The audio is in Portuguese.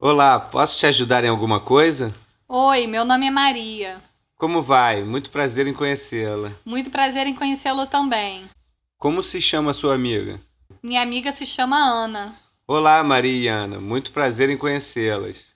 Olá, posso te ajudar em alguma coisa? Oi, meu nome é Maria. Como vai? Muito prazer em conhecê-la. Muito prazer em conhecê-lo também. Como se chama sua amiga? Minha amiga se chama Ana. Olá, Maria e Ana. Muito prazer em conhecê-las.